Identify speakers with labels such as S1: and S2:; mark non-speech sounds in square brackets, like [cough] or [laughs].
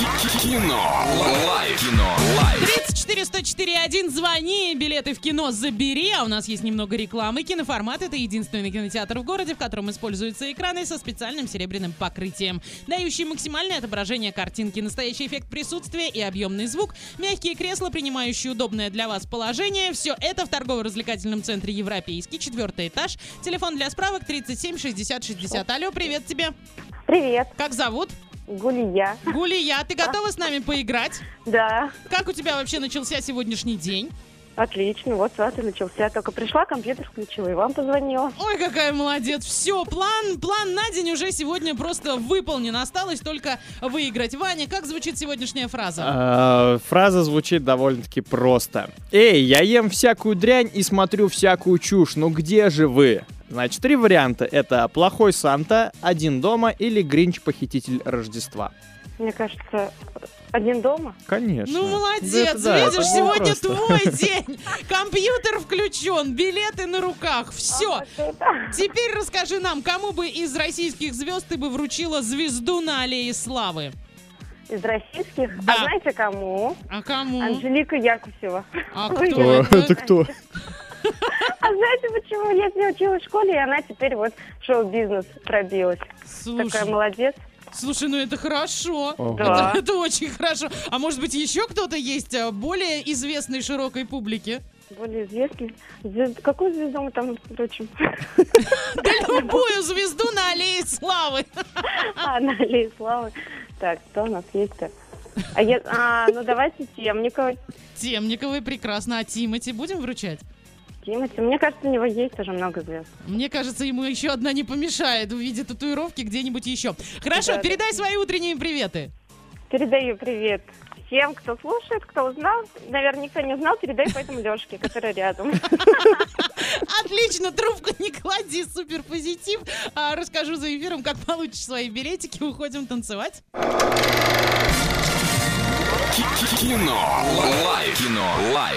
S1: Кино. Лайф. Кино. Лайф.
S2: 34104.1, звони, билеты в кино забери, а у нас есть немного рекламы. Киноформат — это единственный кинотеатр в городе, в котором используются экраны со специальным серебряным покрытием, дающие максимальное отображение картинки, настоящий эффект присутствия и объемный звук, мягкие кресла, принимающие удобное для вас положение. Все это в торгово-развлекательном центре «Европейский», четвертый этаж, телефон для справок 37 60 60. Алло, привет тебе.
S3: Привет,
S2: Как зовут?
S3: Гулия.
S2: Гулия, ты готова с нами поиграть?
S3: Да,
S2: Как у тебя вообще начался сегодняшний день?
S3: отлично, вот сад и начался. Я только пришла, компьютер включила и вам позвонила.
S2: Ой, какая молодец. Все, план, план на день уже сегодня просто выполнен. Осталось только выиграть. Ваня, как звучит сегодняшняя фраза?
S4: Э, Фраза звучит довольно-таки просто. Эй, я ем всякую дрянь и смотрю всякую чушь, ну где же вы? Значит, три варианта. Это «Плохой Санта», «Один дома» или «Гринч-похититель Рождества».
S3: Мне кажется, один дома.
S4: Конечно.
S2: Ну, молодец.
S4: Это да, это
S2: Видишь,
S4: было
S2: сегодня
S4: просто.
S2: твой
S4: [laughs]
S2: день. Компьютер включен, билеты на руках. Все.
S3: А, Вот это.
S2: Теперь расскажи нам, кому бы из российских звезд ты бы вручила звезду на Аллее Славы?
S3: Из российских.
S2: Да.
S3: А знаете кому?
S2: А кому?
S3: Анжелика Якусева.
S2: А
S3: Ой,
S2: кто
S4: О,
S2: это?
S4: Это кто?
S3: А знаете почему? Я с ней училась в школе, и она теперь вот в шоу-бизнес пробилась. Такая
S2: Слушай,
S3: молодец.
S2: слушай, ну это хорошо.
S4: Ого.
S3: Да.
S2: Это очень хорошо. А может быть, еще кто-то есть э, более известной широкой публике?
S3: Более известный. Звезд- Какую звезду мы там включим?
S2: Да любую звезду на аллее славы.
S3: [laughs] А, Нали, Славы. Так, кто у нас есть-то? А, я- а, ну давайте Темникова.
S2: Темниковой прекрасно. А Тимати будем вручать?
S3: Тимати. Мне кажется, у него есть уже много звезд.
S2: Мне кажется, ему еще одна не помешает в виде татуировки где-нибудь еще. Хорошо,
S3: Да, да.
S2: передай свои утренние приветы.
S3: Передаю привет всем, кто слушает, кто узнал. Наверное, никто не узнал, передай поэтому Лешке, который рядом.
S2: Отлично, трубку не клади, супер позитив. А, расскажу за эфиром, как получишь свои билетики. Уходим танцевать.
S1: Ки- ки- Кино. Лайф. Кино. Лайф.